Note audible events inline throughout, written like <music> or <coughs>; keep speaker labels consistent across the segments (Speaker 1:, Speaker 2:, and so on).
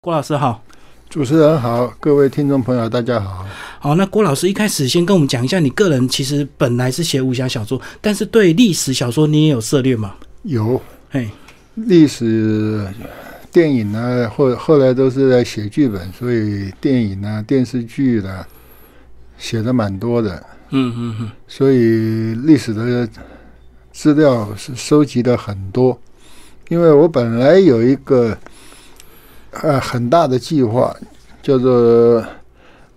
Speaker 1: 郭老师好，
Speaker 2: 主持人好，各位听众朋友大家好。
Speaker 1: 好，那郭老师一开始先跟我们讲一下，你个人其实本来是写武侠小说，但是对历史小说你也有涉猎嘛？
Speaker 2: 有
Speaker 1: 嘿，
Speaker 2: 历史电影呢，后后来都是在写剧本，所以电影呢、电视剧呢写的蛮多的，
Speaker 1: 嗯嗯嗯，
Speaker 2: 所以历史的资料是收集的很多。因为我本来有一个呃很大的计划，叫做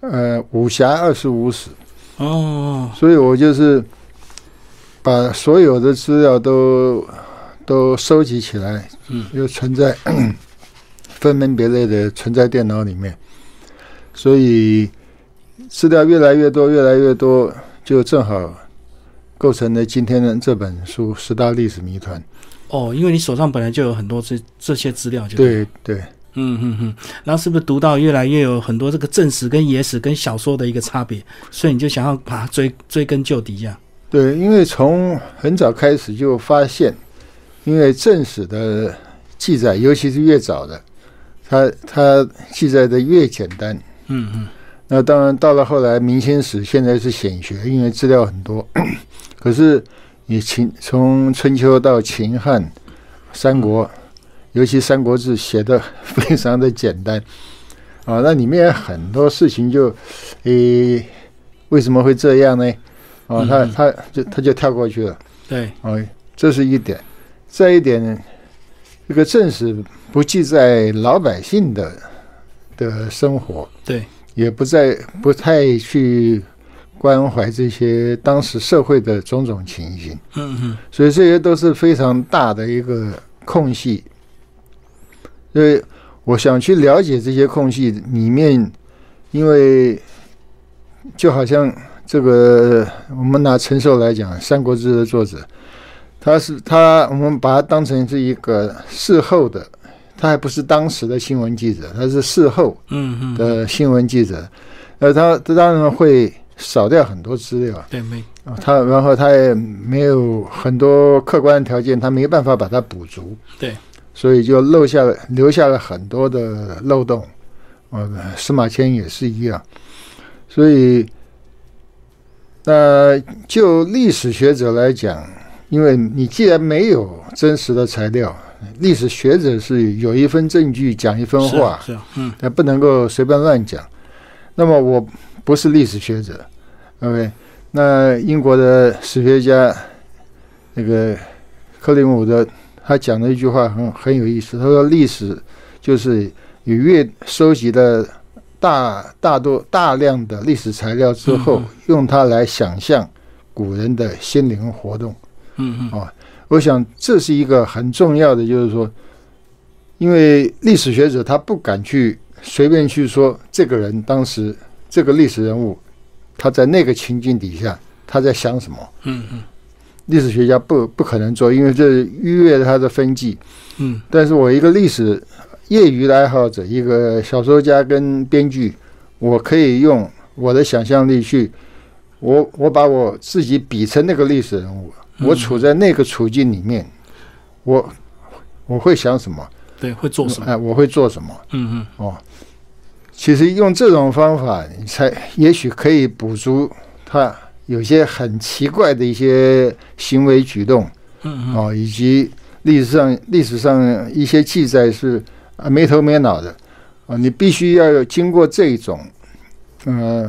Speaker 2: 呃武侠二十五史。
Speaker 1: 哦，
Speaker 2: 所以我就是把所有的资料都都收集起来，
Speaker 1: 嗯，
Speaker 2: 又存在 <coughs> 分门别类的存在电脑里面，所以资料越来越多，越来越多，就正好构成了今天的这本书《十大历史谜团》
Speaker 1: 哦，因为你手上本来就有很多这这些资料就，
Speaker 2: 对。对对，
Speaker 1: 嗯嗯嗯，然后是不是读到越来越有很多这个正史跟野史跟小说的一个差别，所以你就想要把它追追根究底一下？
Speaker 2: 对，因为从很早开始就发现，因为正史的记载，尤其是越早的，它它记载的越简单。
Speaker 1: 嗯嗯，
Speaker 2: 那当然，到了后来，明清史现在是显学，因为资料很多。 <clears throat> 可是你秦从春秋到秦汉，三国，尤其《三国志》写的非常的简单啊，那里面很多事情就，诶，为什么会这样呢？啊，他
Speaker 1: 嗯
Speaker 2: 他就他就跳过去了
Speaker 1: 对，
Speaker 2: 啊，这是一点。再一点，这个正史不记载老百姓的的生活，
Speaker 1: 对，
Speaker 2: 也不再不太去关怀这些当时社会的种种情形，
Speaker 1: 嗯嗯，
Speaker 2: 所以这些都是非常大的一个空隙。所以我想去了解这些空隙里面，因为就好像这个，我们拿陈寿来讲，《三国志》的作者，他是他，我们把他当成是一个事后的，他还不是当时的新闻记者，他是事后
Speaker 1: 嗯嗯，
Speaker 2: 的新闻记者，呃，他他当然会少掉很多资料，
Speaker 1: 对，没，
Speaker 2: 啊他然后他也没有很多客观条件，他没办法把它补足，
Speaker 1: 对，
Speaker 2: 所以就漏下了留下了很多的漏洞，呃，司马迁也是一样，所以，那就历史学者来讲，因为你既然没有真实的材料，历史学者是有一分证据讲一分
Speaker 1: 是
Speaker 2: 话
Speaker 1: 啊，，是啊，嗯
Speaker 2: 那不能够随便乱讲。那么我不是历史学者，OK？那英国的史学家那个克林伍德，他讲了一句话很很有意思，他说历史就是你越收集了大大多大量的历史材料之后，
Speaker 1: 嗯嗯
Speaker 2: 用它来想象古人的心灵活动。
Speaker 1: 嗯嗯，
Speaker 2: 我想这是一个很重要的，就是说，因为历史学者他不敢去随便去说这个人当时这个历史人物他在那个情境底下他在想什么，
Speaker 1: 嗯嗯
Speaker 2: 历史学家不不可能做，因为这逾越他的分际。
Speaker 1: 嗯，
Speaker 2: 但是我一个历史业余的爱好者，一个小说家跟编剧，我可以用我的想象力去，我我把我自己比成那个历史人物，
Speaker 1: 嗯
Speaker 2: 我处在那个处境里面，我我会想什么？
Speaker 1: 对，会做什么？
Speaker 2: 哎，我会做什么？
Speaker 1: 嗯嗯，
Speaker 2: 哦，其实用这种方法，你才也许可以补足他有些很奇怪的一些行为举动。
Speaker 1: 嗯嗯，
Speaker 2: 哦，以及历史上历史上一些记载是啊没头没脑的啊，你必须要有经过这种，呃，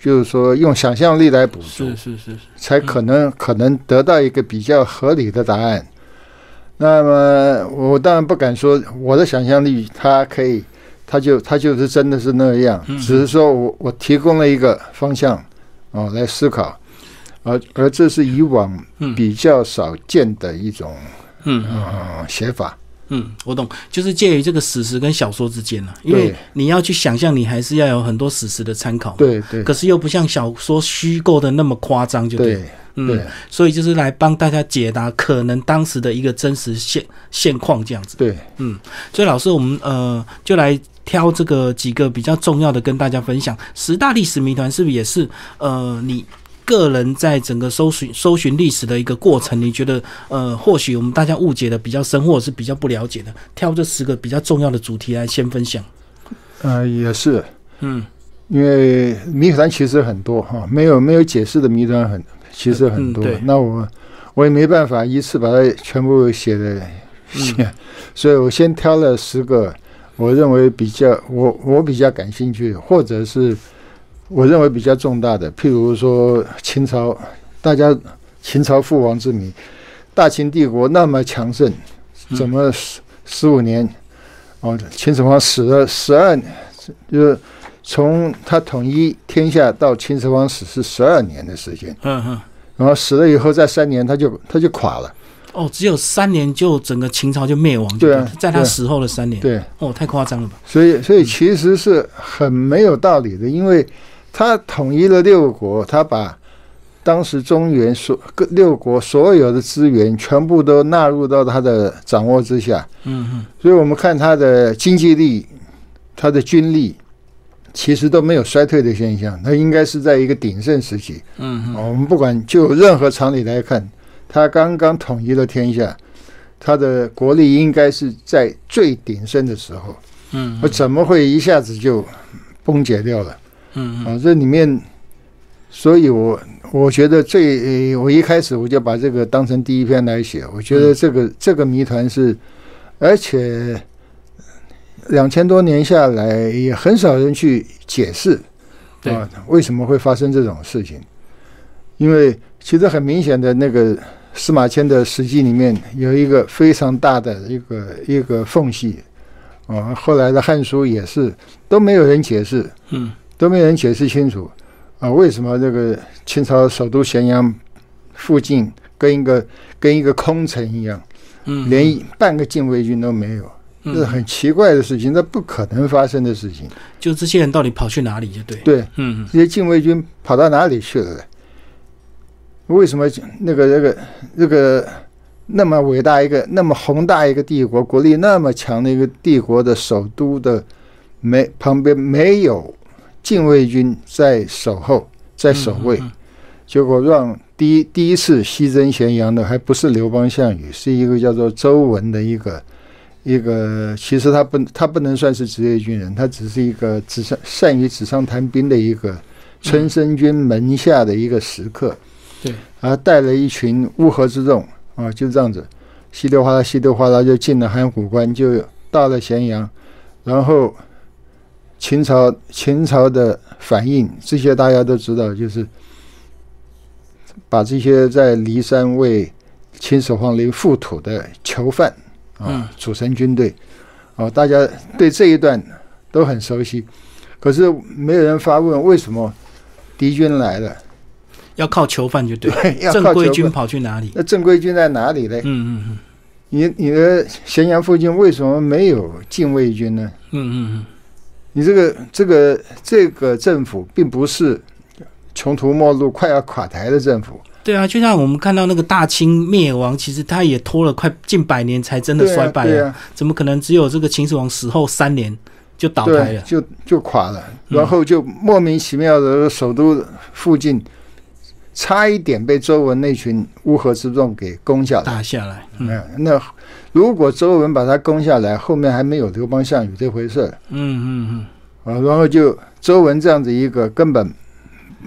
Speaker 2: 就是说用想象力来补足
Speaker 1: 嗯是，是是是，
Speaker 2: 才可能可能得到一个比较合理的答案。那么我当然不敢说我的想象力，它可以，它就它就是真的是那样，
Speaker 1: 嗯
Speaker 2: 只是说我我提供了一个方向哦来思考，而而这是以往
Speaker 1: 嗯
Speaker 2: 比较少见的一种
Speaker 1: 嗯嗯。
Speaker 2: 呃写法。
Speaker 1: 嗯，我懂，就是介于这个史实跟小说之间了、啊因为
Speaker 2: 对
Speaker 1: 你要去想象，你还是要有很多史实的参考嘛。
Speaker 2: 对对
Speaker 1: 可是又不像小说虚构的那么夸张，就对了。
Speaker 2: 对对
Speaker 1: 嗯，所以就是来帮大家解答可能当时的一个真实现现况这样子。
Speaker 2: 对，
Speaker 1: 所以老师，我们呃就来挑这个几个比较重要的跟大家分享。十大历史谜团是不是也是呃你个人在整个搜寻搜寻历史的一个过程，你觉得呃，或许我们大家误解的比较深，或者是比较不了解的，挑这十个比较重要的主题来先分享。
Speaker 2: 呃，也是，
Speaker 1: 嗯，
Speaker 2: 因为谜团其实很多哈，没有没有解释的谜团很其实很多。
Speaker 1: 嗯对
Speaker 2: 那我我也没办法一次把它全部写的
Speaker 1: 嗯
Speaker 2: 写，所以我先挑了十个我认为比较我我比较感兴趣，或者是我认为比较重大的，譬如说秦朝，大家秦朝覆亡之谜，大秦帝国那么强盛，
Speaker 1: 嗯
Speaker 2: 怎么十十五年？哦，秦始皇死了十二，就是从他统一天下到秦始皇死是十二年的时间，
Speaker 1: 嗯嗯，
Speaker 2: 然后死了以后，在三年他就他就垮了。
Speaker 1: 哦，只有三年就整个秦朝就灭亡，
Speaker 2: 对啊
Speaker 1: 就在他
Speaker 2: 对啊
Speaker 1: 死后的三年，
Speaker 2: 对，
Speaker 1: 哦，太夸张了吧？
Speaker 2: 所以所以其实是很没有道理的，因为他统一了六国，他把当时中原所各六国所有的资源全部都纳入到他的掌握之下，
Speaker 1: 嗯嗯，
Speaker 2: 所以我们看他的经济力、他的军力，其实都没有衰退的现象，它应该是在一个鼎盛时期。
Speaker 1: 嗯
Speaker 2: 哦我们不管就任何常理来看，他刚刚统一了天下，他的国力应该是在最鼎盛的时候，
Speaker 1: 嗯
Speaker 2: 我怎么会一下子就崩解掉了？
Speaker 1: 嗯嗯
Speaker 2: 啊，这里面，所以我我觉得最、呃我一开始我就把这个当成第一篇来写，我觉得
Speaker 1: 嗯
Speaker 2: 这个、这个谜团是，而且两千多年下来也很少人去解释，
Speaker 1: 对
Speaker 2: 啊，为什么会发生这种事情？因为其实很明显的那个司马迁的《史记》里面有一个非常大的一个一个缝隙，啊，后来的《汉书》也是都没有人解释。
Speaker 1: 嗯
Speaker 2: 都没人解释清楚啊，为什么这个清朝首都咸阳附近跟一个跟一个空城一样，
Speaker 1: 嗯，
Speaker 2: 连一半个禁卫军都没有，这是
Speaker 1: 嗯
Speaker 2: 很奇怪的事情，这不可能发生的事情。
Speaker 1: 就这些人到底跑去哪里？就对，
Speaker 2: 对，
Speaker 1: 嗯嗯
Speaker 2: 这些禁卫军跑到哪里去了呢？为什么那个那个那个那么伟大一个那么宏大一个帝国，国力那么强的一个帝国的首都的没旁边没有禁卫军在守候在守卫？
Speaker 1: 嗯
Speaker 2: 结果让第一第一次西征咸阳的还不是刘邦项羽，是一个叫做周文的一个一个，其实他不他不能算是职业军人，他只是一个纸上善于纸上谈兵的一个春申君门下的一个食客。
Speaker 1: 对，
Speaker 2: 啊，带了一群乌合之众啊，就这样子稀里哗啦稀里哗啦就进了函谷关，就到了咸阳，然后。秦朝秦朝的反应，这些大家都知道，就是把这些在骊山为秦始皇陵覆土的囚犯
Speaker 1: 嗯
Speaker 2: 啊，组成军队啊，大家对这一段都很熟悉，可是没有人发问为什么敌军来了， <laughs>
Speaker 1: 要靠囚犯就对，
Speaker 2: 要
Speaker 1: 正
Speaker 2: 靠
Speaker 1: 规
Speaker 2: 囚
Speaker 1: 军
Speaker 2: 犯，
Speaker 1: 跑去哪里？
Speaker 2: 那正规军在哪里呢？
Speaker 1: 嗯嗯嗯。
Speaker 2: 你你的咸阳附近为什么没有禁卫军呢？
Speaker 1: 嗯嗯
Speaker 2: 你这个这个这个政府并不是穷途末路、快要垮台的政府，
Speaker 1: 嗯，对啊，就像我们看到那个大清灭亡，其实他也拖了快近百年才真的
Speaker 2: 对
Speaker 1: 衰
Speaker 2: 啊
Speaker 1: 败
Speaker 2: 对啊，
Speaker 1: 怎么可能只有这个秦始皇死后三年就倒台
Speaker 2: 对，
Speaker 1: 了？
Speaker 2: 就就垮了，
Speaker 1: 嗯
Speaker 2: 然后就莫名其妙的首都附近，差一点被周文那群乌合之众给攻下来。
Speaker 1: 打下来，嗯
Speaker 2: 嗯，那如果周文把他攻下来，后面还没有刘邦、项羽这回事儿
Speaker 1: 嗯嗯
Speaker 2: 啊。然后就周文这样子一个根本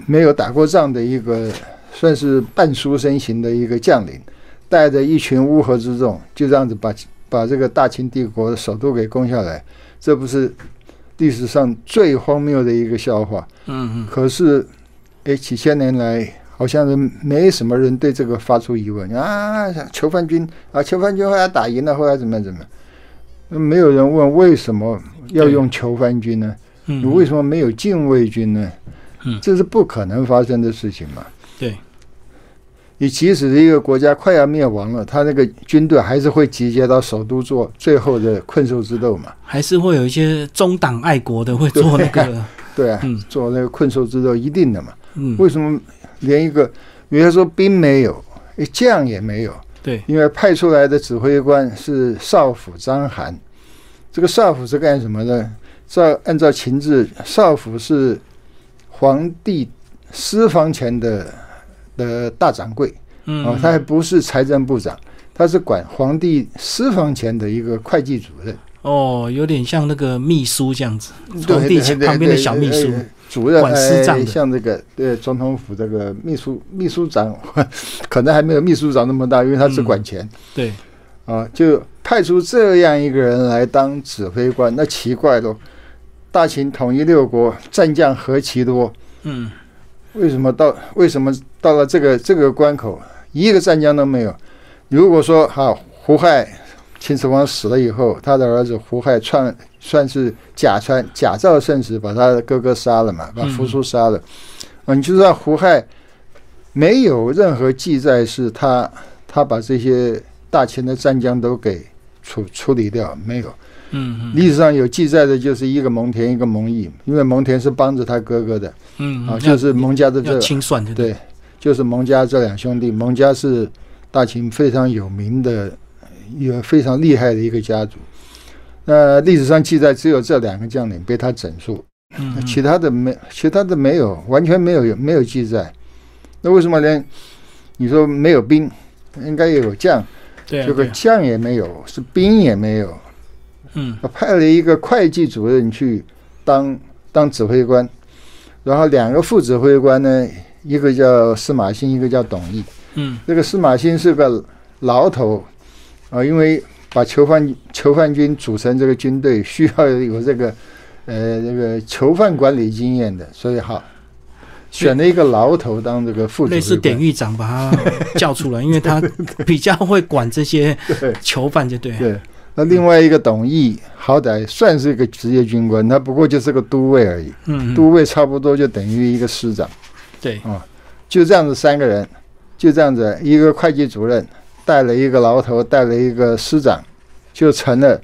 Speaker 2: 没有打过仗的一个，算是半书生型的一个将领，带着一群乌合之众，就这样子把把这个大秦帝国的首都给攻下来，这不是历史上最荒谬的一个笑话。
Speaker 1: 嗯嗯
Speaker 2: 可是，哎，几千年来好像是没什么人对这个发出疑问啊，囚犯军啊，囚犯军后来打赢了，后来怎么样怎么样，没有人问为什么要用囚犯军呢？
Speaker 1: 嗯，
Speaker 2: 你为
Speaker 1: 什
Speaker 2: 什么没有禁卫军呢？
Speaker 1: 嗯
Speaker 2: 这是不可能发生的事情嘛。
Speaker 1: 对，
Speaker 2: 你即使一个国家快要灭亡了，他那个军队还是会集结到首都做最后的困兽之斗嘛。
Speaker 1: 还是会有一些忠党爱国的会做那个？
Speaker 2: 对啊，
Speaker 1: 嗯
Speaker 2: 做那个困兽之斗一定的嘛。
Speaker 1: 嗯，
Speaker 2: 为什么连一个，比如说兵没有，诶将也没有？
Speaker 1: 对，
Speaker 2: 因为派出来的指挥官是少府章邯。这个少府是干什么的？照按照秦制，少府是皇帝私房钱的的大掌柜
Speaker 1: 嗯，
Speaker 2: 啊，他还不是财政部长，他是管皇帝私房钱的一个会计主任，
Speaker 1: 哦，有点像那个秘书这样子，
Speaker 2: 对
Speaker 1: 皇帝
Speaker 2: 对对
Speaker 1: 旁边的
Speaker 2: 对
Speaker 1: 小秘
Speaker 2: 对
Speaker 1: 书
Speaker 2: 对主任
Speaker 1: 管私账
Speaker 2: 哎
Speaker 1: 的
Speaker 2: 像这个呃总统府这个秘书秘书长， <laughs> 可能还没有秘书长那么大，因为他只
Speaker 1: 嗯
Speaker 2: 管钱。
Speaker 1: 对，
Speaker 2: 啊，就派出这样一个人来当指挥官，那奇怪喽。大秦统一六国，战将何其多，
Speaker 1: 嗯，
Speaker 2: 为什么到为什么到了这个这个关口，一个战将都没有？如果说哈、胡亥秦始皇死了以后，他的儿子胡亥篡算是假传假造圣旨，把他的哥哥杀了嘛，
Speaker 1: 嗯
Speaker 2: 把扶苏杀了。啊，你就知道胡亥没有任何记载是他他把这些大秦的战将都给处处理掉，没有。
Speaker 1: 嗯嗯
Speaker 2: 历史上有记载的就是一个蒙恬，一个蒙毅，因为蒙恬是帮着他哥哥的
Speaker 1: 嗯，
Speaker 2: 啊，
Speaker 1: 嗯
Speaker 2: 就是蒙家的
Speaker 1: 要
Speaker 2: 这
Speaker 1: 要清算就
Speaker 2: 对，就是蒙家这两兄弟，蒙家是大秦非常有名的，也非常厉害的一个家族。那历史上记载只有这两个将领被他整肃，
Speaker 1: 嗯，嗯
Speaker 2: 其他的没，其他的没有，完全没有没有记载。那为什么连你说没有兵，应该也有将，
Speaker 1: 对啊
Speaker 2: 这个
Speaker 1: 对啊
Speaker 2: 将也没有，是兵也没有，
Speaker 1: 嗯
Speaker 2: 他派了一个会计主任去当当指挥官，然后两个副指挥官呢，一个叫司马欣，一个叫董翳。
Speaker 1: 嗯
Speaker 2: 这个司马欣是个老头啊、因为把囚犯囚犯军组成这个军队，需要有这个呃这个囚犯管理经验的，所以好选了一个老头当这个副指
Speaker 1: 类似
Speaker 2: 挥
Speaker 1: 典
Speaker 2: 官。
Speaker 1: 狱长把他叫出来，因为
Speaker 2: <laughs>
Speaker 1: 他比较会管这些
Speaker 2: 对
Speaker 1: 囚犯，就对，
Speaker 2: 对，那另外一个董翳好歹算是个职业军官，他不过就是个都尉而已。
Speaker 1: 嗯，
Speaker 2: 都
Speaker 1: 嗯
Speaker 2: 尉差不多就等于一个师长，
Speaker 1: 对，
Speaker 2: 就这样子三个人，就这样子一个会计主任带了一个牢头，带了一个师长，就成了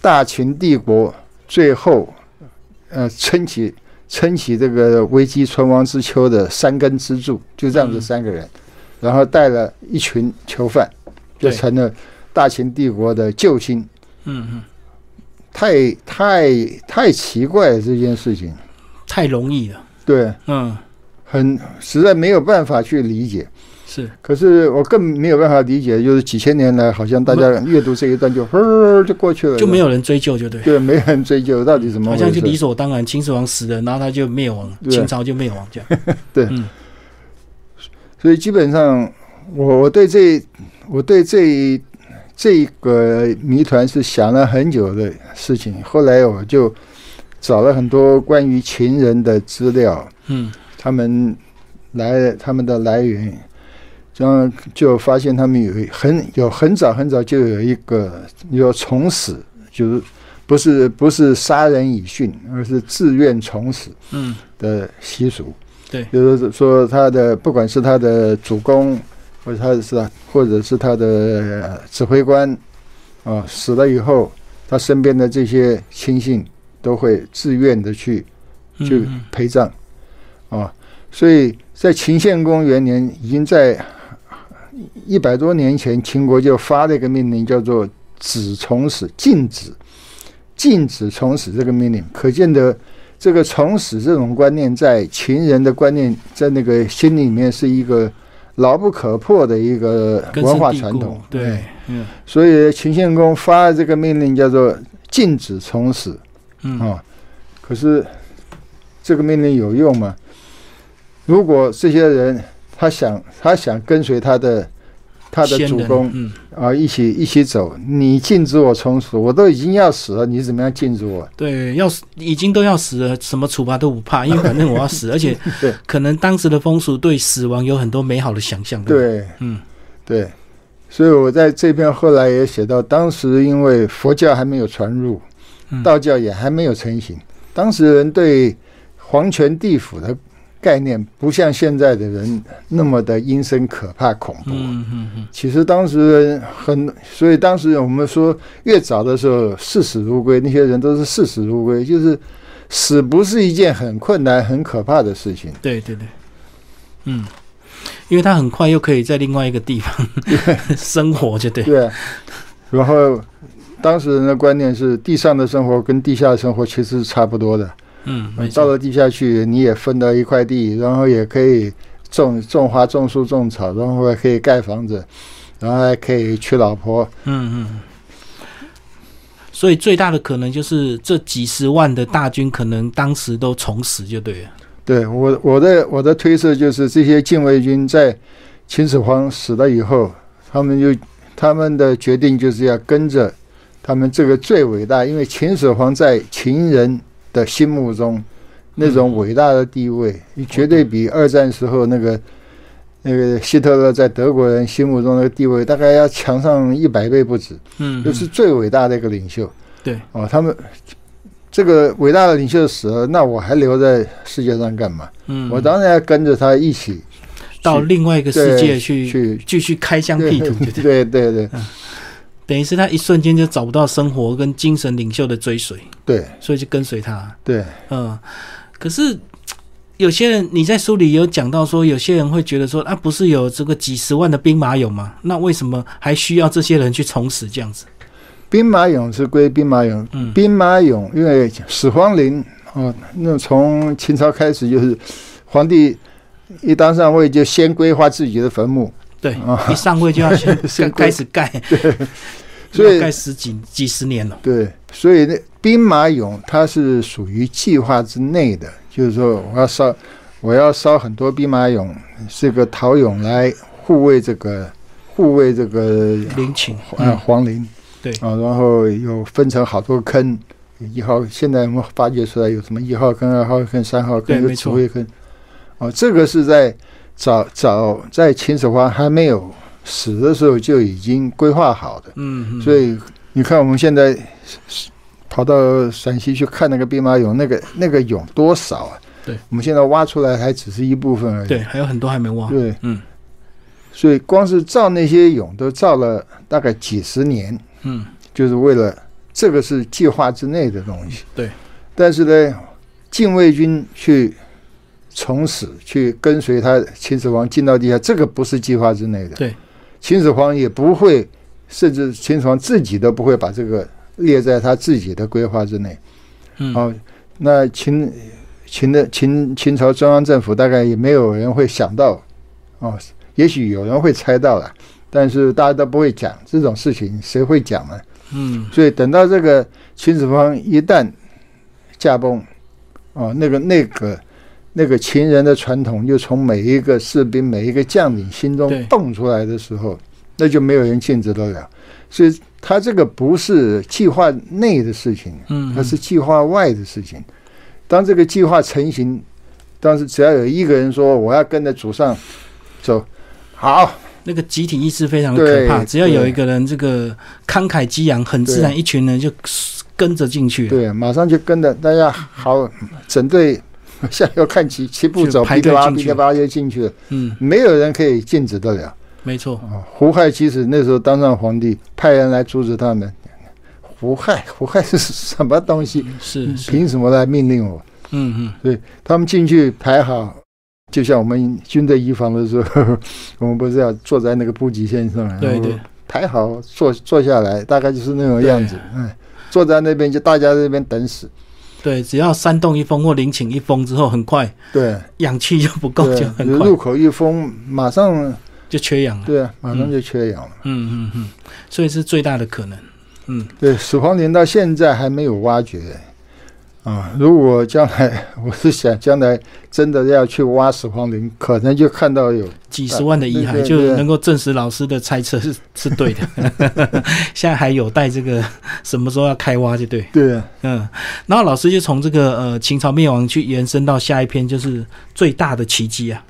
Speaker 2: 大秦帝国最后呃撑起 <laughs> 撑起这个危机存亡之秋的三根支柱，就这样子
Speaker 1: 嗯
Speaker 2: 三个人，然后带了一群囚犯，就
Speaker 1: 对
Speaker 2: 成了大秦帝国的救星。
Speaker 1: 嗯嗯，
Speaker 2: 太太太奇怪了这件事情，
Speaker 1: 太容易了，
Speaker 2: 对。
Speaker 1: 嗯，
Speaker 2: 很实在没有办法去理解。
Speaker 1: 是，
Speaker 2: 可是我更没有办法理解，就是几千年来，好像大家阅读这一段就呵就过去了，
Speaker 1: 就没
Speaker 2: 有
Speaker 1: 有人追究，就对。
Speaker 2: 对，没人追究到底怎么
Speaker 1: 好
Speaker 2: 回
Speaker 1: 像就理
Speaker 2: 事。
Speaker 1: 所当然，秦始皇死了，然后他就灭亡了，
Speaker 2: 对
Speaker 1: 秦朝就灭亡这
Speaker 2: <laughs>
Speaker 1: 样。
Speaker 2: 所以基本上，我我对这我对这这个谜团是想了很久的事情。后来我就找了很多关于秦人的资料，
Speaker 1: 嗯
Speaker 2: 他们来他们的来源，这样就发现他们有一很有很早很早就有一个有从死，就是不是不是杀人以殉，而是自愿从死
Speaker 1: 嗯
Speaker 2: 的习俗。
Speaker 1: 对
Speaker 2: 就是说他的不管是他的主公，或者他是或者是他的呃指挥官，啊死了以后，他身边的这些亲信都会自愿的去
Speaker 1: 嗯
Speaker 2: 就
Speaker 1: 嗯
Speaker 2: 陪葬啊。所以在秦献公元年，已经在一百多年前，秦国就发了一个命令，叫做“止从死”，禁止禁止从死这个命令。可见的，这个从死这种观念，在秦人的观念，在那个心里面是一个牢不可破的一个
Speaker 1: 根
Speaker 2: 文
Speaker 1: 深
Speaker 2: 化
Speaker 1: 蒂
Speaker 2: 传
Speaker 1: 固
Speaker 2: 统。哎
Speaker 1: 对，嗯
Speaker 2: 所以秦献公发了这个命令，叫做“禁止从死”。啊、
Speaker 1: 嗯，
Speaker 2: 可是这个命令有用吗？如果这些人他想他想跟随他的他的
Speaker 1: 先
Speaker 2: 主
Speaker 1: 人
Speaker 2: 公
Speaker 1: 嗯
Speaker 2: 啊、一起一起走，你禁止我从死，我都已经要死了，你怎么样禁止我？
Speaker 1: 对，要死已经都要死了，什么处罚都不怕，因为反正我要死，而且
Speaker 2: <laughs> 对
Speaker 1: 可能当时的风俗对死亡有很多美好的想象。不，
Speaker 2: 对，
Speaker 1: 嗯
Speaker 2: 对，所以我在这篇后来也写到，当时因为佛教还没有传入
Speaker 1: 嗯，
Speaker 2: 道教也还没有成型，当时人对皇权地府的概念不像现在的人那么的阴森、可怕、恐怖。
Speaker 1: 嗯嗯嗯，
Speaker 2: 其实当时人很，所以当时我们说越早的时候视死如归，那些人都是视死如归，就是死不是一件很困难、很可怕的事情。
Speaker 1: 对对对，嗯，因为他很快又可以在另外一个地方 <laughs> 生活，就对。
Speaker 2: 对，然后当时人的观念是，地上的生活跟地下的生活其实是差不多的。
Speaker 1: 嗯，没错。
Speaker 2: 到了地下去，你也分到一块地，然后也可以种种花、种树、种草，然后还可以盖房子，然后还可以娶老婆。
Speaker 1: 嗯嗯。所以最大的可能就是这几十万的大军可能当时都从死就对了。
Speaker 2: 对我我的我的推测就是，这些禁卫军在秦始皇死了以后，他们就他们的决定就是要跟着他们这个最伟大，因为秦始皇在秦人的心目中那种伟大的地位，绝对比二战时候那个那个希特勒在德国人心目中的地位，大概要强上一百倍不止。
Speaker 1: 嗯，嗯
Speaker 2: 就是最伟大的一个领袖。
Speaker 1: 对，
Speaker 2: 哦，他们这个伟大的领袖死了，那我还留在世界上干嘛？
Speaker 1: 嗯，
Speaker 2: 我当然要跟着他一起
Speaker 1: 到另外一个世界去
Speaker 2: 去
Speaker 1: 继续开疆辟土，对不对
Speaker 2: 对 <laughs> 对对
Speaker 1: 等于是他一瞬间就找不到生活跟精神领袖的追随，
Speaker 2: 对
Speaker 1: 所以就跟随他。
Speaker 2: 对，
Speaker 1: 嗯，可是有些人，你在书里有讲到说，有些人会觉得说，啊，不是有这个几十万的兵马俑吗？那为什么还需要这些人去从死这样子？
Speaker 2: 兵马俑是归兵马俑，
Speaker 1: 嗯，
Speaker 2: 兵马俑因为始皇陵哦，那从秦朝开始就是皇帝一当上位就先规划自己的坟墓，
Speaker 1: 对，
Speaker 2: 啊
Speaker 1: 一上位就
Speaker 2: <laughs>
Speaker 1: 要先
Speaker 2: 先
Speaker 1: 开始盖，
Speaker 2: 所以
Speaker 1: 要盖十几几十年了。
Speaker 2: 对，所以那兵马俑它是属于计划之内的，就是说我要烧，我要烧很多兵马俑，这个陶俑来护卫这个护卫这个
Speaker 1: 陵寝，
Speaker 2: 呃
Speaker 1: 嗯，
Speaker 2: 皇陵。
Speaker 1: 对
Speaker 2: 啊，然后又分成好多坑，一号现在我们发掘出来有什么一号坑、二号坑、三号
Speaker 1: 对
Speaker 2: 坑、有
Speaker 1: 没
Speaker 2: 指
Speaker 1: 错
Speaker 2: 挥坑。哦，这个是在早早在秦始皇还没有死的时候就已经规划好的。
Speaker 1: 嗯，嗯
Speaker 2: 所以你看，我们现在跑到陕西去看那个兵马俑，那个那个俑多少啊？
Speaker 1: 对，
Speaker 2: 我们现在挖出来还只是一部分而已。
Speaker 1: 对，还有很多还没挖。
Speaker 2: 对，
Speaker 1: 嗯，
Speaker 2: 所以光是造那些俑都造了大概几十年，
Speaker 1: 嗯，
Speaker 2: 就是为了这个是计划之内的东西。
Speaker 1: 对，
Speaker 2: 但是呢，禁卫军去。从此去跟随他秦始皇进到地下，这个不是计划之内的。
Speaker 1: 对，
Speaker 2: 秦始皇也不会，甚至秦始皇自己都不会把这个列在他自己的规划之内。
Speaker 1: 嗯，
Speaker 2: 哦，那秦秦的秦秦朝中央政府大概也没有人会想到，哦，也许有人会猜到了，但是大家都不会讲这种事情，谁会讲呢？
Speaker 1: 嗯，
Speaker 2: 所以等到这个秦始皇一旦驾崩，哦，那个那个那个秦人的传统就从每一个士兵、每一个将领心
Speaker 1: 对
Speaker 2: 中蹦出来的时候，那就没有人禁止得了。所以他这个不是计划内的事情，
Speaker 1: 嗯，
Speaker 2: 它是计划外的事情。当这个计划成型，当时只要有一个人说我要跟着祖上走，好，
Speaker 1: 那个集体意识非常的可怕，
Speaker 2: 对
Speaker 1: 只要有
Speaker 2: 对
Speaker 1: 一个人这个慷慨激昂，很自然，一群人就跟着进去了，
Speaker 2: 对，马上就跟着大家好整队，向右看齐，齐步
Speaker 1: 就
Speaker 2: 走，
Speaker 1: 排
Speaker 2: 噼里
Speaker 1: 队
Speaker 2: 啪啦
Speaker 1: 进
Speaker 2: 噼
Speaker 1: 去
Speaker 2: 里啪啦就进去了，
Speaker 1: 嗯，
Speaker 2: 没有人可以禁止得了。
Speaker 1: 没错，
Speaker 2: 啊，胡亥其实那时候当上皇帝，派人来阻止他们。胡亥，胡亥是什么东西？
Speaker 1: 是是，
Speaker 2: 凭什么来命令我？
Speaker 1: 嗯嗯。
Speaker 2: 他们进去排好，就像我们军队移防的时候， <laughs> 我们不是要坐在那个补给线上，然后
Speaker 1: 对对，
Speaker 2: 排好坐坐下来，大概就是那种样子。哎，坐在那边就大家在那边等死。
Speaker 1: 对，只要山洞一封或陵寝一封之后，很快
Speaker 2: 对，
Speaker 1: 氧气就不够，
Speaker 2: 对，
Speaker 1: 就很快嗯
Speaker 2: 入口一封，马上
Speaker 1: 就缺氧了。
Speaker 2: 对啊，马上就缺氧了。
Speaker 1: 嗯嗯嗯，所以是最大的可能。嗯，
Speaker 2: 对，始皇陵到现在还没有挖掘啊。如果将来我是想将来真的要去挖始皇陵，可能就看到有
Speaker 1: 几十万的遗骸
Speaker 2: 对对
Speaker 1: 就
Speaker 2: 对
Speaker 1: 能够证实老师的猜测是 <laughs> 是对的。 <laughs> 现在还有待这个什么时候要开挖就对。
Speaker 2: 对啊
Speaker 1: 嗯，然后老师就从这个呃秦朝灭亡去延伸到下一篇，就是最大的奇迹啊。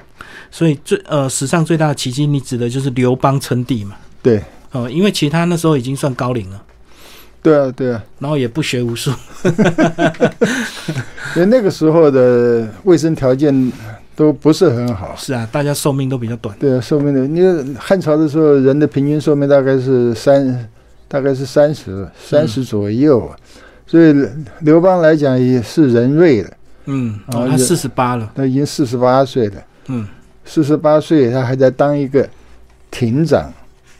Speaker 1: 所以最呃史上最大的奇迹，你指的就是刘邦称帝嘛？
Speaker 2: 对。
Speaker 1: 呃，因为其实他那时候已经算高龄了，
Speaker 2: 对啊对啊。
Speaker 1: 然后也不学无术。
Speaker 2: 因为那个时候的卫生条件都不是很好。
Speaker 1: 是啊，大家寿命都比较短。
Speaker 2: 对啊，寿命的，你汉朝的时候，人的平均寿命大概是三，大概是三十，三
Speaker 1: 嗯
Speaker 2: 十左右啊。所以刘邦来讲也是人瑞的，
Speaker 1: 嗯，
Speaker 2: 哦
Speaker 1: 哦、他
Speaker 2: 也
Speaker 1: 四十八了。
Speaker 2: 他已经四十八岁了。
Speaker 1: 嗯
Speaker 2: 四十八岁，他还在当一个庭长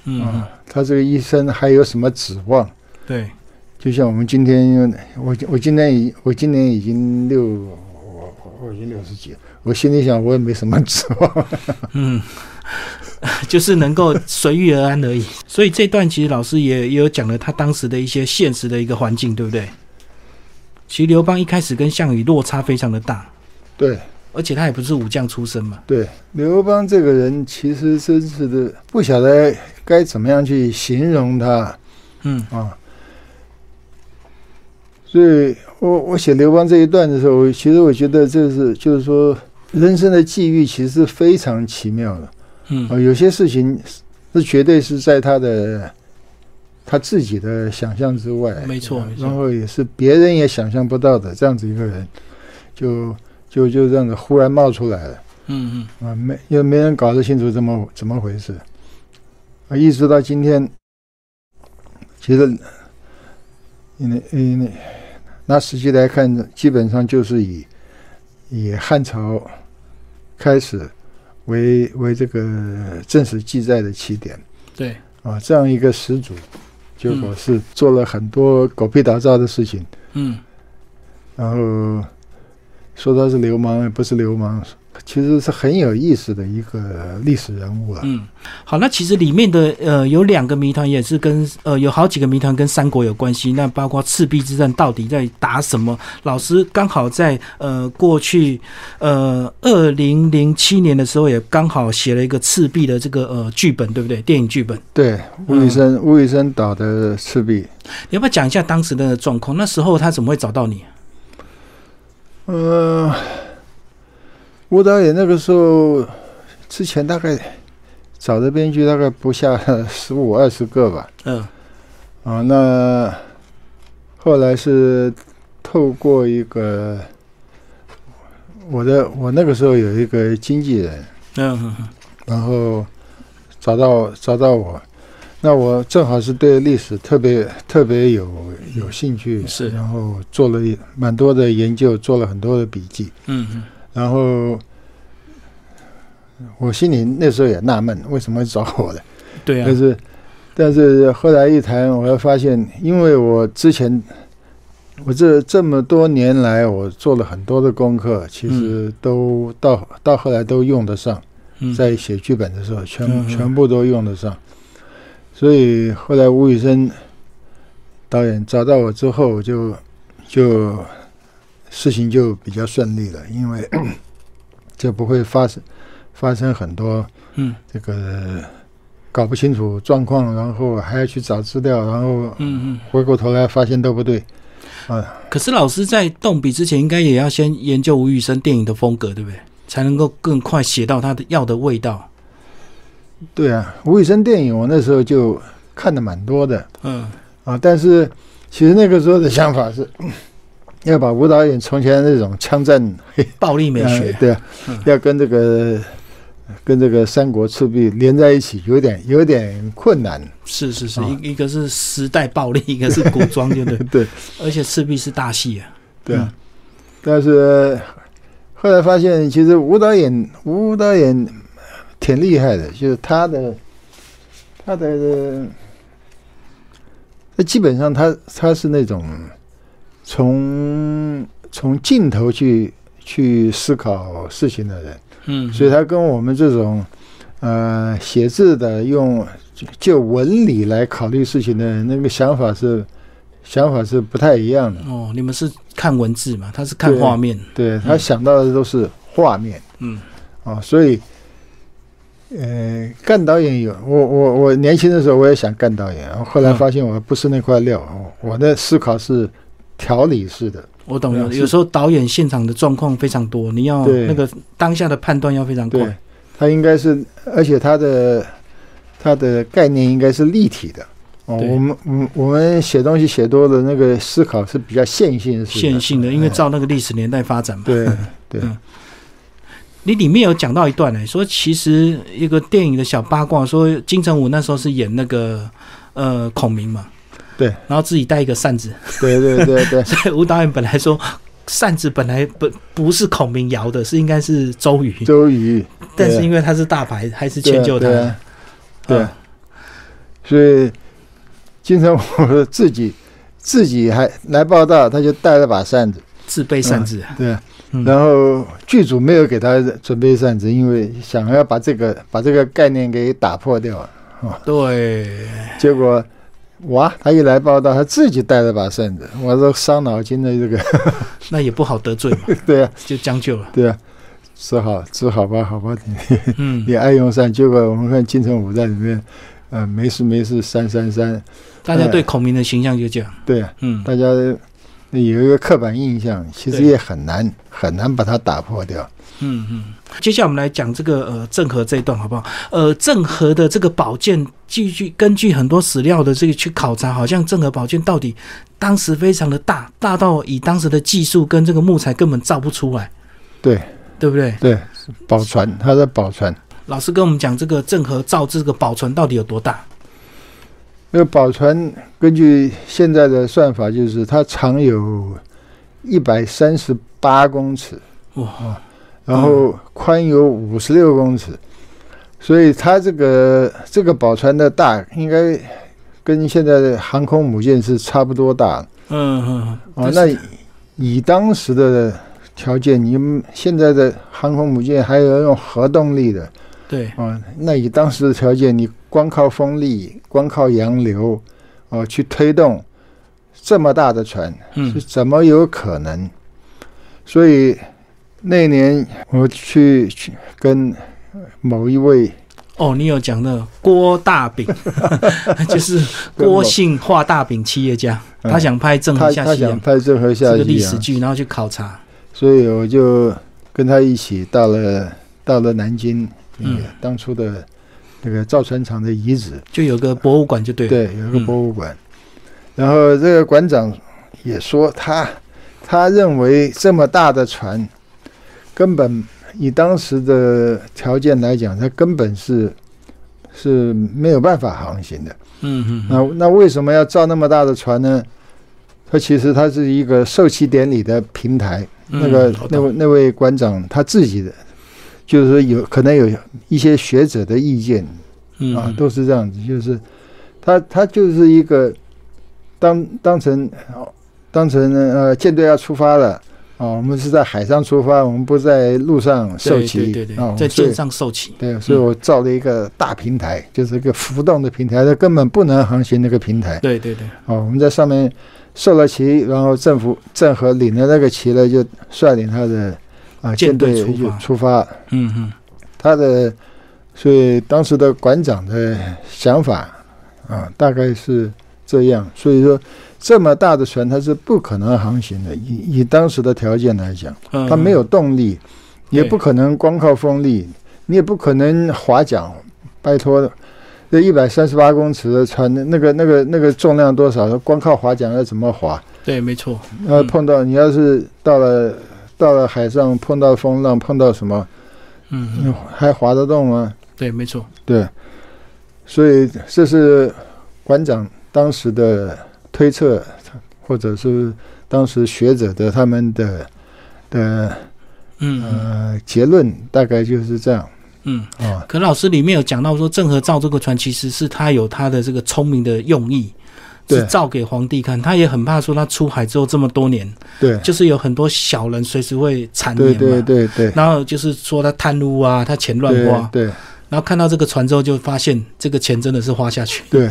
Speaker 1: 嗯，嗯
Speaker 2: 啊，他这个一生还有什么指望？
Speaker 1: <laughs> 对，
Speaker 2: 就像我们今天，我我今天已我今年已经六，我我经六十几，我心里想我也没什么指望。 <laughs>
Speaker 1: 嗯， <laughs> 就是能够随遇而安而已。所以这段其实老师也也有讲了他当时的一些现实的一个环境，对不对？其实刘邦一开始跟项羽落差非常的大，
Speaker 2: 对
Speaker 1: 而且他也不是武将出身嘛。
Speaker 2: 对，刘邦这个人其实真是的，不晓得该怎么样去形容他
Speaker 1: 嗯
Speaker 2: 啊。所以我我写刘邦这一段的时候，其实我觉得这是就是说人生的际遇其实是非常奇妙的。
Speaker 1: 嗯
Speaker 2: 啊，有些事情是是绝对是在他的他自己的想象之外，
Speaker 1: 没错
Speaker 2: 啊
Speaker 1: 没错
Speaker 2: 然后也是别人也想象不到的，这样子一个人，就就就这样子忽然冒出来了
Speaker 1: 嗯嗯，
Speaker 2: 啊，没又没人搞得清楚怎么怎么回事啊，一直到今天，其实，嗯嗯，拿实际来看，基本上就是以以汉朝开始为为这个正史记载的起点
Speaker 1: 对，
Speaker 2: 啊，这样一个始祖，结果是做了很多狗屁倒灶的事情，
Speaker 1: 嗯
Speaker 2: 然后说他是流氓也不是流氓，其实是很有意思的一个历史人物了。啊
Speaker 1: 嗯。好，那其实里面的呃有两个谜团也是跟呃有好几个谜团跟三国有关系，那包括赤壁之战到底在打什么？老师刚好在呃过去呃二零零七年的时候也刚好写了一个赤壁的这个呃剧本，对不对？电影剧本。
Speaker 2: 对，吴宇森，吴宇森导的《赤壁》，
Speaker 1: 你要不要讲一下当时的状况？那时候他怎么会找到你？
Speaker 2: 呃，吴导演那个时候之前大概找的编剧大概不下十五二十个吧，
Speaker 1: 嗯、
Speaker 2: 啊，那后来是透过一个我的我那个时候有一个经纪人，
Speaker 1: 嗯嗯
Speaker 2: 然后找到找到我，那我正好是对历史特别特别有有兴趣，
Speaker 1: 是
Speaker 2: 然后做了一蛮多的研究，做了很多的笔记，
Speaker 1: 嗯嗯
Speaker 2: 然后我心里那时候也纳闷，为什么会找我的？
Speaker 1: 嗯，对啊
Speaker 2: 但，是，但是后来一谈，我又发现，因为我之前，我这这么多年来，我做了很多的功课，其实都到、到后来都用得上，
Speaker 1: 嗯
Speaker 2: 在写剧本的时候，全、
Speaker 1: 嗯嗯
Speaker 2: 全部都用得上。所以后来吴宇森导演找到我之后，我就就事情就比较顺利了，因为 <clears throat> 就不会发生发生很多
Speaker 1: 嗯
Speaker 2: 这个搞不清楚状况，然后还要去找资料，然后
Speaker 1: 嗯嗯。
Speaker 2: 回过头来发现都不对。
Speaker 1: 可是老师在动笔之前，应该也要先研究吴宇森电影的风格，对不对？才能够更快写到他的要的味道。
Speaker 2: 对啊，吴宇森电影我那时候就看的蛮多的
Speaker 1: 嗯
Speaker 2: 啊，但是其实那个时候的想法是。要把吴导演从前那种枪战
Speaker 1: 暴力美
Speaker 2: 呃
Speaker 1: 学。
Speaker 2: 对啊
Speaker 1: 嗯，
Speaker 2: 要跟这个跟这个三国赤壁连在一起，有点有点困难。
Speaker 1: 是是是，
Speaker 2: 啊
Speaker 1: 一一个是时代暴力，一个是古装，对不对？
Speaker 2: 对
Speaker 1: <laughs> 而且赤壁是大戏啊。
Speaker 2: 对啊，但是后来发现，其实吴导演吴导演挺厉害的，就是他的他的，他基本上他他是那种从从镜头去去思考事情的人，
Speaker 1: 嗯，
Speaker 2: 所以他跟我们这种呃写字的用就就文理来考虑事情的人，那个想法是想法是不太一样的。
Speaker 1: 哦，你们是看文字嘛？他是看
Speaker 2: 对
Speaker 1: 画面。
Speaker 2: 对啊他
Speaker 1: 嗯
Speaker 2: 想到的都是画面
Speaker 1: 嗯
Speaker 2: 啊，所以，呃，干导演有我我我年轻的时候我也想干导演，后来
Speaker 1: 嗯
Speaker 2: 发现我不是那块料，我我的思考是条理式的，
Speaker 1: 我懂了。
Speaker 2: 对啊
Speaker 1: 有
Speaker 2: 是
Speaker 1: 时候导演现场的状况非常多，你要
Speaker 2: 对
Speaker 1: 那个当下的判断要非常
Speaker 2: 对
Speaker 1: 快。，
Speaker 2: 他应该是，而且他的他的概念应该是立体的。哦，
Speaker 1: 对
Speaker 2: 我们我我们写东西写多了，那个思考是比较线性式的，
Speaker 1: 线性的，因为照那个历史年代发展嘛。
Speaker 2: 对对
Speaker 1: 嗯你里面有讲到一段呢、欸说其实一个电影的小八卦，说金城武那时候是演那个呃孔明嘛，
Speaker 2: 对，
Speaker 1: 然后自己带一个扇子， <laughs>
Speaker 2: 对对对对，
Speaker 1: 所以吴导演本来说扇子本来不不是孔明摇的，是应该是周瑜，
Speaker 2: 周瑜，
Speaker 1: 但是
Speaker 2: 对
Speaker 1: 因为他是大牌，还是
Speaker 2: 对
Speaker 1: 迁
Speaker 2: 啊
Speaker 1: 就他，
Speaker 2: 对啊对
Speaker 1: 嗯
Speaker 2: 啊，所以金城武自己自己还来报道，他就带了把扇子，
Speaker 1: 自备扇子，
Speaker 2: 对，
Speaker 1: 嗯
Speaker 2: 然后剧组没有给他准备扇子，因为想要把这个把这个概念给打破掉。
Speaker 1: 对，
Speaker 2: 结果，哇，他一来报道，他自己带了把扇子，我说伤脑筋的这个， <laughs>
Speaker 1: 那也不好得罪嘛，
Speaker 2: 对呀、
Speaker 1: 就将就了。
Speaker 2: 对呀、啊只好只好吧，好吧，你 <laughs>
Speaker 1: 嗯，
Speaker 2: 你爱用扇。结果我们看金城武在里面，呃，没事没事，扇扇扇，
Speaker 1: 大家对孔明的形象就这样。
Speaker 2: 对啊呀、
Speaker 1: 嗯，
Speaker 2: 大家有一个刻板印象，其实
Speaker 1: 对
Speaker 2: 也很难很难把它打破掉。
Speaker 1: 嗯嗯，接下来我们来讲这个呃郑和这一段好不好？呃，郑和的这个宝剑，据据根据很多史料的这个去考察，好像郑和宝剑到底当时非常的大，大到以当时的技术跟这个木材根本造不出来，
Speaker 2: 对
Speaker 1: 对不对？
Speaker 2: 对，宝船，它的宝船，
Speaker 1: 老师跟我们讲这个郑和造这个宝船到底有多大？
Speaker 2: 那个宝船根据现在的算法，就是它长有一百三十八公尺，啊
Speaker 1: 哇，
Speaker 2: 然后宽有五十六公尺，所以它这个这个宝船的大，应该跟现在的航空母舰是差不多大的
Speaker 1: 嗯
Speaker 2: 啊
Speaker 1: 嗯，。
Speaker 2: 那
Speaker 1: 但是
Speaker 2: 以以当时的条件，你们现在的航空母舰还要用核动力的
Speaker 1: 对，
Speaker 2: 啊，那以当时的条件，你光靠风力、光靠洋流啊去推动这么大的船，是
Speaker 1: 嗯
Speaker 2: 怎么有可能？所以那年我去去跟某一位
Speaker 1: 哦，你有讲的郭大饼， <laughs> 就是郭姓画大饼企业家，
Speaker 2: <laughs> 嗯
Speaker 1: 他想拍郑
Speaker 2: 他
Speaker 1: 和下
Speaker 2: 他
Speaker 1: 西洋
Speaker 2: 想拍郑和
Speaker 1: 这
Speaker 2: 下啊
Speaker 1: 个历
Speaker 2: 西
Speaker 1: 史
Speaker 2: 洋，
Speaker 1: 剧，然后去考察。
Speaker 2: 所以我就跟他一起到了到了南京那个
Speaker 1: 嗯
Speaker 2: 当初的那个造船厂的遗址，
Speaker 1: 就有个博物馆就对了。
Speaker 2: 对，有一个
Speaker 1: 嗯
Speaker 2: 博物馆。然后这个馆长也说他，他认为这么大的船，根本以当时的条件来讲，它根本是是没有办法航行的。
Speaker 1: 嗯
Speaker 2: 那那为什么要造那么大的船呢？它其实它是一个受旗典礼的平台。
Speaker 1: 嗯，
Speaker 2: 那个
Speaker 1: 嗯我
Speaker 2: 那
Speaker 1: 懂
Speaker 2: 位那位馆长他自己的，就是说有可能有一些学者的意见，
Speaker 1: 嗯
Speaker 2: 啊
Speaker 1: 嗯，
Speaker 2: 都是这样子，就是他他就是一个当当成当成呃舰队要出发了啊，我们是在海上出发，我们不在路上受
Speaker 1: 对
Speaker 2: 旗
Speaker 1: 对对
Speaker 2: 啊
Speaker 1: 对，，在
Speaker 2: 所以
Speaker 1: 舰上嗯受旗。
Speaker 2: 对，所以我造了一个大平台，就是一个浮动的平台，它根本不能航行那个平台
Speaker 1: 对对对，
Speaker 2: 啊，我们在上面受了旗，然后政府郑和领了那个旗了，就率领他的啊
Speaker 1: 舰
Speaker 2: 舰
Speaker 1: 队
Speaker 2: 队
Speaker 1: 出
Speaker 2: 就
Speaker 1: 发
Speaker 2: 出发，
Speaker 1: 嗯嗯
Speaker 2: 他的，所以当时的馆长的想法啊，大概是这样。所以说，这么大的船它是不可能航行的，以以当时的条件来讲，
Speaker 1: 嗯，
Speaker 2: 它没有动力，
Speaker 1: 对
Speaker 2: 也不可能光靠风力，你也不可能划桨。拜托，这一百三十八公尺的船，那个那个那个重量多少？光靠划桨要怎么划？
Speaker 1: 对，没错，
Speaker 2: 呃，
Speaker 1: 嗯
Speaker 2: 碰到你要是到了到了海上，碰到风浪，碰到什么，
Speaker 1: 嗯，
Speaker 2: 你
Speaker 1: 嗯
Speaker 2: 还划得动吗？
Speaker 1: 对，没错，
Speaker 2: 对，所以这是馆长当时的推测，或者是当时学者的他们的的
Speaker 1: 嗯嗯
Speaker 2: 呃结论，大概就是这样
Speaker 1: 嗯。
Speaker 2: 啊。
Speaker 1: 可老师里面有讲到说，郑和造这个船其实是他有他的这个聪明的用意。
Speaker 2: 对
Speaker 1: 是造给皇帝看，他也很怕说他出海之后这么多年， <laughs>
Speaker 2: 对，
Speaker 1: 就是有很多小人随时会缠绵
Speaker 2: 对
Speaker 1: 嘛，
Speaker 2: 对对对，
Speaker 1: 然后就是说他贪污啊，他钱 <laughs> 乱
Speaker 2: 对
Speaker 1: 花，
Speaker 2: 对
Speaker 1: 然后看到这个船之后就发现这个钱真的是花下去， <laughs>
Speaker 2: 对，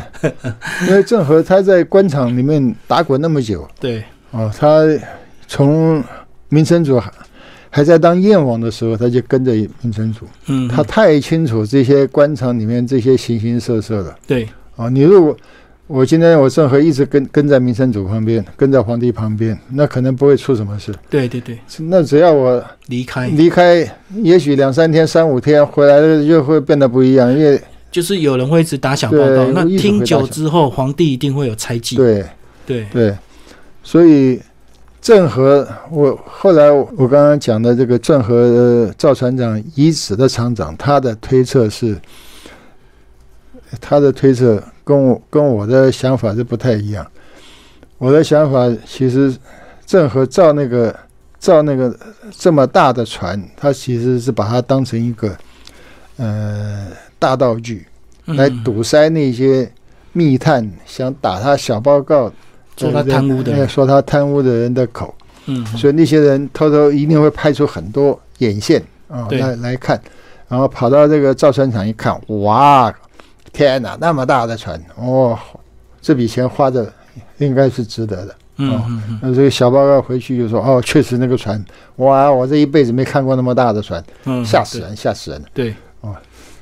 Speaker 2: 因为郑和他在官场里面打滚那么久
Speaker 1: 对，
Speaker 2: 啊，他从明成祖还还在当燕王的时候，他就跟着明成祖，
Speaker 1: 嗯，
Speaker 2: 他太清楚这些官场里面这些形形色色了。
Speaker 1: 对，
Speaker 2: 啊，你如果我今天我郑和一直跟跟在明成祖旁边，跟在皇帝旁边，那可能不会出什么事。
Speaker 1: 对对对，
Speaker 2: 那只要我
Speaker 1: 离开
Speaker 2: 离开，也许两三天、三五天回来了，就会变得不一样，因为
Speaker 1: 就是有人会一直打小报告，
Speaker 2: 对
Speaker 1: 那
Speaker 2: 我一直
Speaker 1: 听
Speaker 2: 会打
Speaker 1: 久
Speaker 2: 小
Speaker 1: 之后，皇帝一定会有猜忌。
Speaker 2: 对
Speaker 1: 对，
Speaker 2: 对，所以郑和，我后来我我刚刚讲的这个郑和呃赵船长遗址的厂长，他的推测是，他的推测跟我跟我的想法是不太一样。我的想法其实，郑和造那个造那个这么大的船，他其实是把它当成一个呃大道具
Speaker 1: 嗯
Speaker 2: 来堵塞那些密探想打他小报告
Speaker 1: 做他贪污的
Speaker 2: 哎
Speaker 1: 人。
Speaker 2: 说他贪污的人的口，
Speaker 1: 嗯，
Speaker 2: 所以那些人偷偷一定会派出很多眼线啊、
Speaker 1: 对
Speaker 2: 来来看，然后跑到这个造船厂一看，哇，天哪，那么大的船哦，这笔钱花的应该是值得的。
Speaker 1: 嗯嗯嗯
Speaker 2: 那这个小报告回去就说，哦，确实那个船，哇，我这一辈子没看过那么大的船，
Speaker 1: 嗯，
Speaker 2: 吓死人，吓死人了。
Speaker 1: 对！对，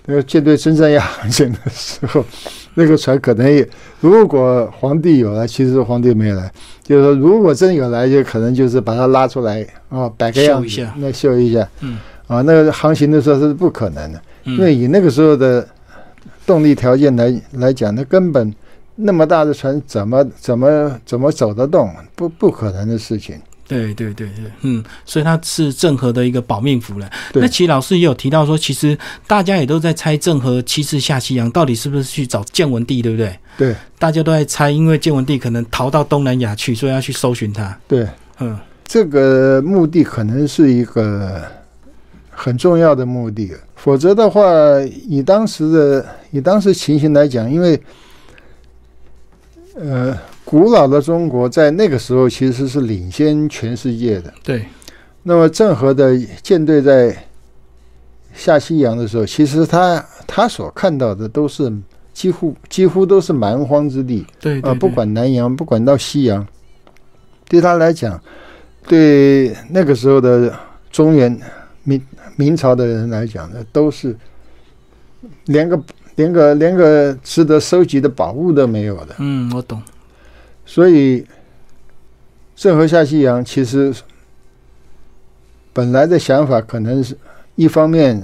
Speaker 2: 那个舰队真正要航行的时候， <laughs> 那个船可能也，如果皇帝有来，其实皇帝没有来，就是说如果真有来，就可能就是把他拉出来啊、哦，摆个样
Speaker 1: 秀一
Speaker 2: 子
Speaker 1: 下，
Speaker 2: 那秀一下，
Speaker 1: 嗯，
Speaker 2: 啊，那个航行的时候是不可能的，
Speaker 1: 嗯
Speaker 2: 因为以那个时候的动力条件来来讲，那根本那么大的船怎么怎么怎么走得动，不不可能的事情。
Speaker 1: 对对对对，嗯，所以它是郑和的一个保命符了。
Speaker 2: 对
Speaker 1: 那其实老师也有提到说，其实大家也都在猜郑和七次下西洋到底是不是去找建文帝，对不对？
Speaker 2: 对
Speaker 1: 大家都在猜，因为建文帝可能逃到东南亚去，所以要去搜寻他。
Speaker 2: 对，
Speaker 1: 嗯
Speaker 2: 这个目的可能是一个很重要的目的，否则的话，以当时的以当时情形来讲，因为呃，古老的中国在那个时候其实是领先全世界的。
Speaker 1: 对，
Speaker 2: 那么郑和的舰队在下西洋的时候，其实他他所看到的都是几乎几乎都是蛮荒之地。
Speaker 1: 对对
Speaker 2: 啊，不管南洋，不管到西洋，对他来讲，对那个时候的中原明明朝的人来讲呢，都是连个连个连个值得收集的宝物都没有的。
Speaker 1: 嗯，我懂。
Speaker 2: 所以，郑和下西洋其实本来的想法可能是一方面，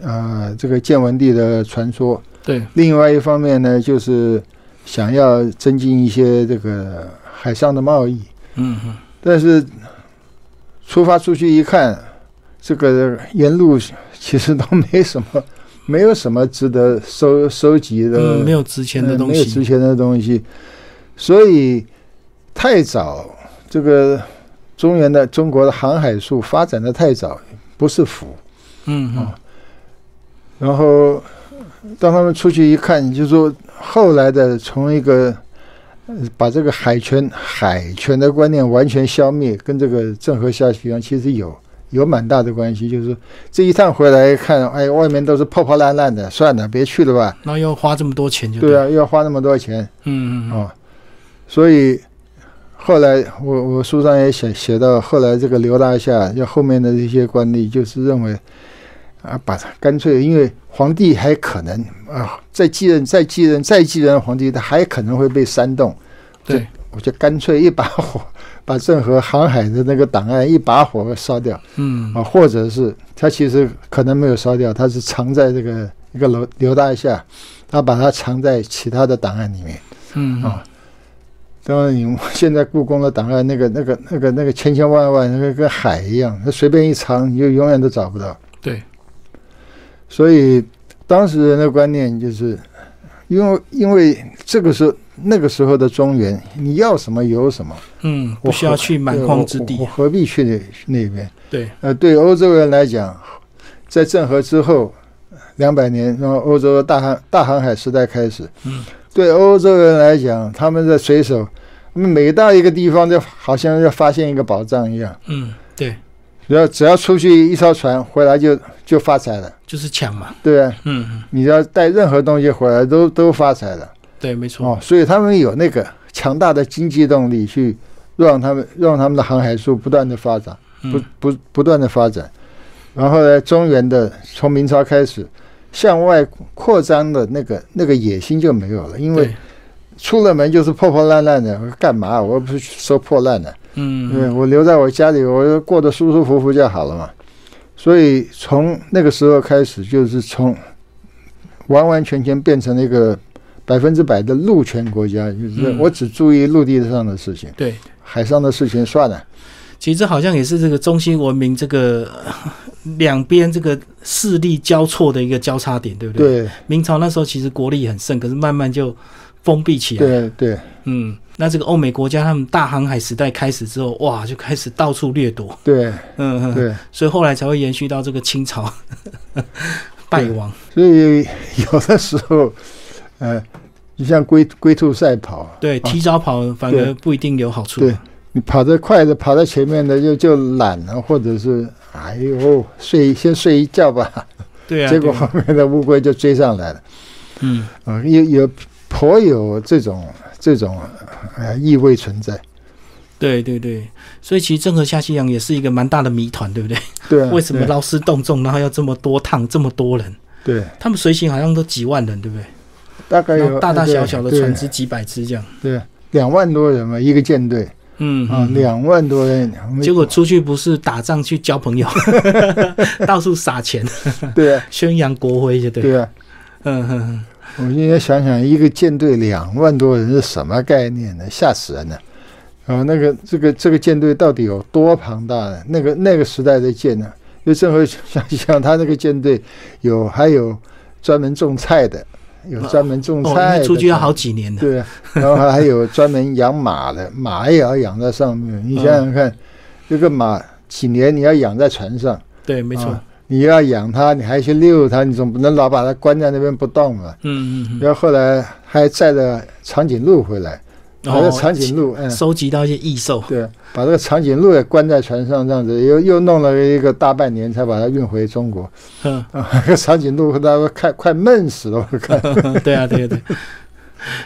Speaker 2: 呃，这个建文帝的传说，
Speaker 1: 对，
Speaker 2: 另外一方面呢，就是想要增进一些这个海上的贸易，
Speaker 1: 嗯嗯，
Speaker 2: 但是出发出去一看，这个沿路其实都没什么，没有什么值得收收集的，
Speaker 1: 嗯，没有值钱的
Speaker 2: 呃
Speaker 1: 东
Speaker 2: 没有值
Speaker 1: 西。
Speaker 2: 钱的东西，所以太早这个中原的中国的航海术发展的太早不是福。
Speaker 1: 嗯嗯
Speaker 2: 啊，然后当他们出去一看，就说后来的从一个呃把这个海权海权的观念完全消灭，跟这个郑和下西洋其实有有蛮大的关系。就是说这一趟回来看，哎，外面都是破破烂烂的，算了，别去了吧。
Speaker 1: 然后要花这么多钱就
Speaker 2: 对
Speaker 1: 了
Speaker 2: 啊，又要花那么多钱
Speaker 1: 嗯嗯嗯，
Speaker 2: 啊、所以。后来我我书上也写写到，后来这个刘大夏就后面的这些官吏就是认为啊，把他干脆，因为皇帝还可能啊，再继任、再继任、再继任呃皇帝，他还可能会被煽动。
Speaker 1: 对，
Speaker 2: 我就干脆一把火，把郑和航海的那个呃档案一把火烧掉
Speaker 1: 嗯
Speaker 2: 啊，或者是他其实可能没有烧掉，他是藏在这个一个楼刘大厦，他把它藏在其他的档案里面。
Speaker 1: 嗯嗯
Speaker 2: 啊当然，你现在故宫的档案，那个、那个、那个、那个千千万万，那个跟海一样，那随便一藏，你就永远都找不到。
Speaker 1: 对，
Speaker 2: 所以当时人的观念就是，因为因为这个时候那个时候的中原，你要什么有什么，
Speaker 1: 嗯，
Speaker 2: 我
Speaker 1: 不需要
Speaker 2: 何
Speaker 1: 去蛮
Speaker 2: 对
Speaker 1: 荒
Speaker 2: 我
Speaker 1: 之
Speaker 2: 我
Speaker 1: 地啊
Speaker 2: 我。何必去那那边？
Speaker 1: 对，
Speaker 2: 呃，对欧洲人来讲，在郑和之后两百年，然后欧洲大航大航海时代开始，
Speaker 1: 嗯，
Speaker 2: 对欧洲人来讲，他们的水手，每到一个地方就好像要发现一个宝藏一样，
Speaker 1: 嗯，对，
Speaker 2: 只要只要出去一艘船回来就就发财了，
Speaker 1: 就是抢嘛。
Speaker 2: 对啊，
Speaker 1: 嗯嗯，
Speaker 2: 你要带任何东西回来都都发财了
Speaker 1: 对，没错。
Speaker 2: 哦，所以他们有那个强大的经济动力去让他们让他们的航海术不断的发展，不
Speaker 1: 嗯，
Speaker 2: 不不断的发展。然后呢，中原的从明朝开始向外扩张的那个那个野心就没有了，因为
Speaker 1: 对，
Speaker 2: 出了门就是破破烂烂的，干嘛？我又不是去收破烂的，对啊
Speaker 1: 嗯，
Speaker 2: 我留在我家里，我过得舒舒服服就好了嘛。所以从那个时候开始，就是从完完全全变成了一个百分之百的陆权国家，就是
Speaker 1: 嗯
Speaker 2: 我只注意陆地上的事情，
Speaker 1: 对。
Speaker 2: 海上的事情算了。
Speaker 1: 其实这好像也是这个中西文明这个 <laughs> 呃两边这个势力交错的一个交叉点，对不对？
Speaker 2: 对
Speaker 1: 明朝那时候其实国力很盛，可是慢慢就封闭起来。
Speaker 2: 对对
Speaker 1: 嗯，那这个欧美国家他们大航海时代开始之后，哇，就开始到处掠夺。
Speaker 2: 对
Speaker 1: 嗯，嗯，
Speaker 2: 对，
Speaker 1: 所以后来才会延续到这个清
Speaker 2: <laughs>
Speaker 1: 朝败亡。
Speaker 2: 所以有的时候，呃，就像龟龟兔赛跑，
Speaker 1: 对，提早跑反而
Speaker 2: 对啊
Speaker 1: 不一定有好处。
Speaker 2: 对你跑得快的，跑到前面的就就懒了，或者是哎呦睡先睡一觉吧，
Speaker 1: 对啊，
Speaker 2: 结果
Speaker 1: 对啊
Speaker 2: <laughs> 后面的乌龟就追上来了。
Speaker 1: 嗯，
Speaker 2: 啊、有有颇有这种这种呃意味存在，
Speaker 1: 对对对，所以其实郑和下西洋也是一个蛮大的谜团，对不对？
Speaker 2: 对啊，
Speaker 1: 为什么
Speaker 2: 对
Speaker 1: 劳师动众，然后要这么多趟这么多人？
Speaker 2: 对，
Speaker 1: 他们随行好像都几万人，对不对？
Speaker 2: 大概
Speaker 1: 然
Speaker 2: 有
Speaker 1: 后大大
Speaker 2: 对
Speaker 1: 小小的
Speaker 2: 哎对
Speaker 1: 船只几百只这样。
Speaker 2: 对，两万多人嘛，一个舰队
Speaker 1: 嗯
Speaker 2: 啊，
Speaker 1: 嗯
Speaker 2: 两万多人，我们
Speaker 1: 结果出去不是打仗去交
Speaker 2: <laughs>
Speaker 1: 朋友，到处撒钱，
Speaker 2: 对啊，
Speaker 1: 宣扬国徽就对。
Speaker 2: 对啊，
Speaker 1: 嗯嗯嗯，
Speaker 2: 我现在想想，一个舰队两万多人是什么概念呢？吓死人了！然后那个这个这个舰队到底有多庞大呢？那个那个时代的舰呢、就郑和想想他那个舰队有还有专门种菜的，有专门种
Speaker 1: 哦，那
Speaker 2: 菜的，
Speaker 1: 出去要好几年的。
Speaker 2: <laughs> 对啊，然后还有专门养马的，马也要养在上面。你想想看，这个马几年你要养在船上，
Speaker 1: 对，没错
Speaker 2: 啊。你要养它，你还去遛它，你总不能老把它关在那边不动啊嘛。
Speaker 1: 嗯嗯嗯。
Speaker 2: 然后后来还载了长颈鹿回来，把这
Speaker 1: 哦
Speaker 2: 长颈鹿，嗯，
Speaker 1: 收集到一些异兽。
Speaker 2: 对，把这个长颈鹿也关在船上，这样子又又弄了一个大半年才把它运回中
Speaker 1: <laughs>
Speaker 2: 国。
Speaker 1: 嗯，
Speaker 2: 啊，那个长颈鹿它快快闷死了，
Speaker 1: <laughs>
Speaker 2: 我看。
Speaker 1: 对啊，对啊，对。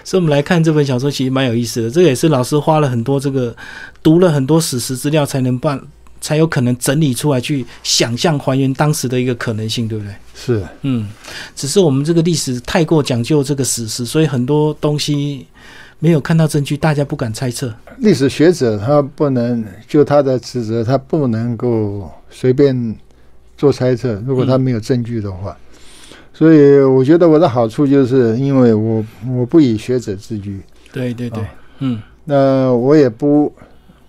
Speaker 1: 所以，我们来看这本小说，其实蛮有意思的。这也是老师花了很多这个，读了很多史实资料，才能办，才有可能整理出来，去想象还原当时的一个可能性，对不对？
Speaker 2: 是，
Speaker 1: 嗯，只是我们这个历史太过讲究这个史实，所以很多东西没有看到证据，大家不敢猜测。
Speaker 2: 历史学者他不能就他的职责，他不能够随便做猜测，如果他没有证据的话。
Speaker 1: 嗯
Speaker 2: 所以我觉得我的好处就是，因为我我不以学者自居，
Speaker 1: 对对对
Speaker 2: 哦，
Speaker 1: 嗯，
Speaker 2: 那我也不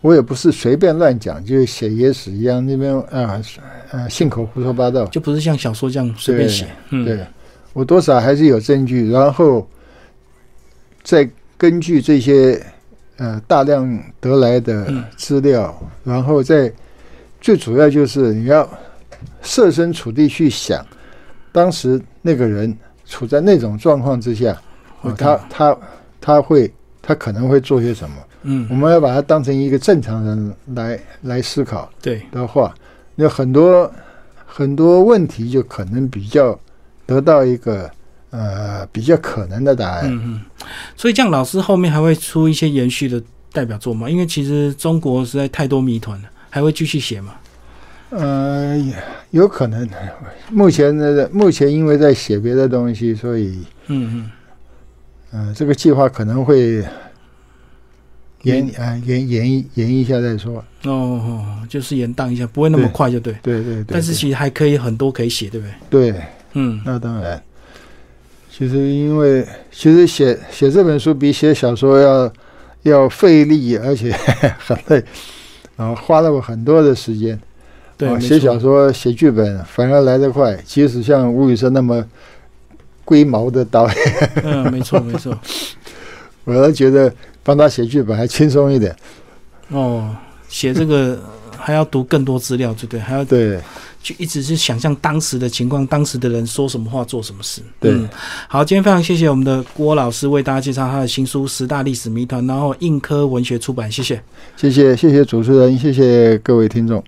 Speaker 2: 我也不是随便乱讲，就写野史一样那边啊啊信口胡说八道。
Speaker 1: 就不是像小说这样随便写。嗯，
Speaker 2: 对，我多少还是有证据，然后再根据这些呃大量得来
Speaker 1: 嗯
Speaker 2: 的资料，然后再最主要就是你要设身处地去想，当时那个人处在那种状况之下，
Speaker 1: 我
Speaker 2: 呃
Speaker 1: 懂
Speaker 2: 他他他会他可能会做些什么？我
Speaker 1: 嗯，
Speaker 2: 们要把他当成一个正常人来来思考。
Speaker 1: 对，
Speaker 2: 的话，那很多很多问题就可能比较得到一个呃比较可能的答案。
Speaker 1: 嗯嗯，所以这样老师后面还会出一些延续的代表作嘛？因为其实中国实在太多谜团了，还会继续写嘛？
Speaker 2: 呃，也有可能目前的目前因为在写别的东西，所以
Speaker 1: 嗯嗯，
Speaker 2: 呃这个计划可能会延啊、延延一延一下再说。
Speaker 1: 哦哦，就是延宕一下，不会那么
Speaker 2: 对
Speaker 1: 快就对。
Speaker 2: 对对对，
Speaker 1: 但是
Speaker 2: 对
Speaker 1: 其实还可以很多可以写，对不对？
Speaker 2: 对
Speaker 1: 嗯，
Speaker 2: 那当然，其实因为其实写写这本书比写小说要要费力，而且 <laughs> 很累，然后花了我很多的时间。
Speaker 1: 对，
Speaker 2: 啊
Speaker 1: 没
Speaker 2: 写小
Speaker 1: 错
Speaker 2: 说、写剧本反而来得快，即使像吴宇森那么龟毛的导演， <laughs>
Speaker 1: 嗯，没错没错。
Speaker 2: 我倒觉得帮他写剧本还轻松一点。
Speaker 1: 哦，写这个还要读更多资料，对不对？还要
Speaker 2: 对，
Speaker 1: 去一直是想象当时的情况，当时的人说什么话，做什么事。
Speaker 2: 对
Speaker 1: 嗯，好，今天非常谢谢我们的郭老师为大家介绍他的新书《十大历史谜团》，然后映科文学出版，谢谢。
Speaker 2: 谢谢谢谢主持人，谢谢各位听众。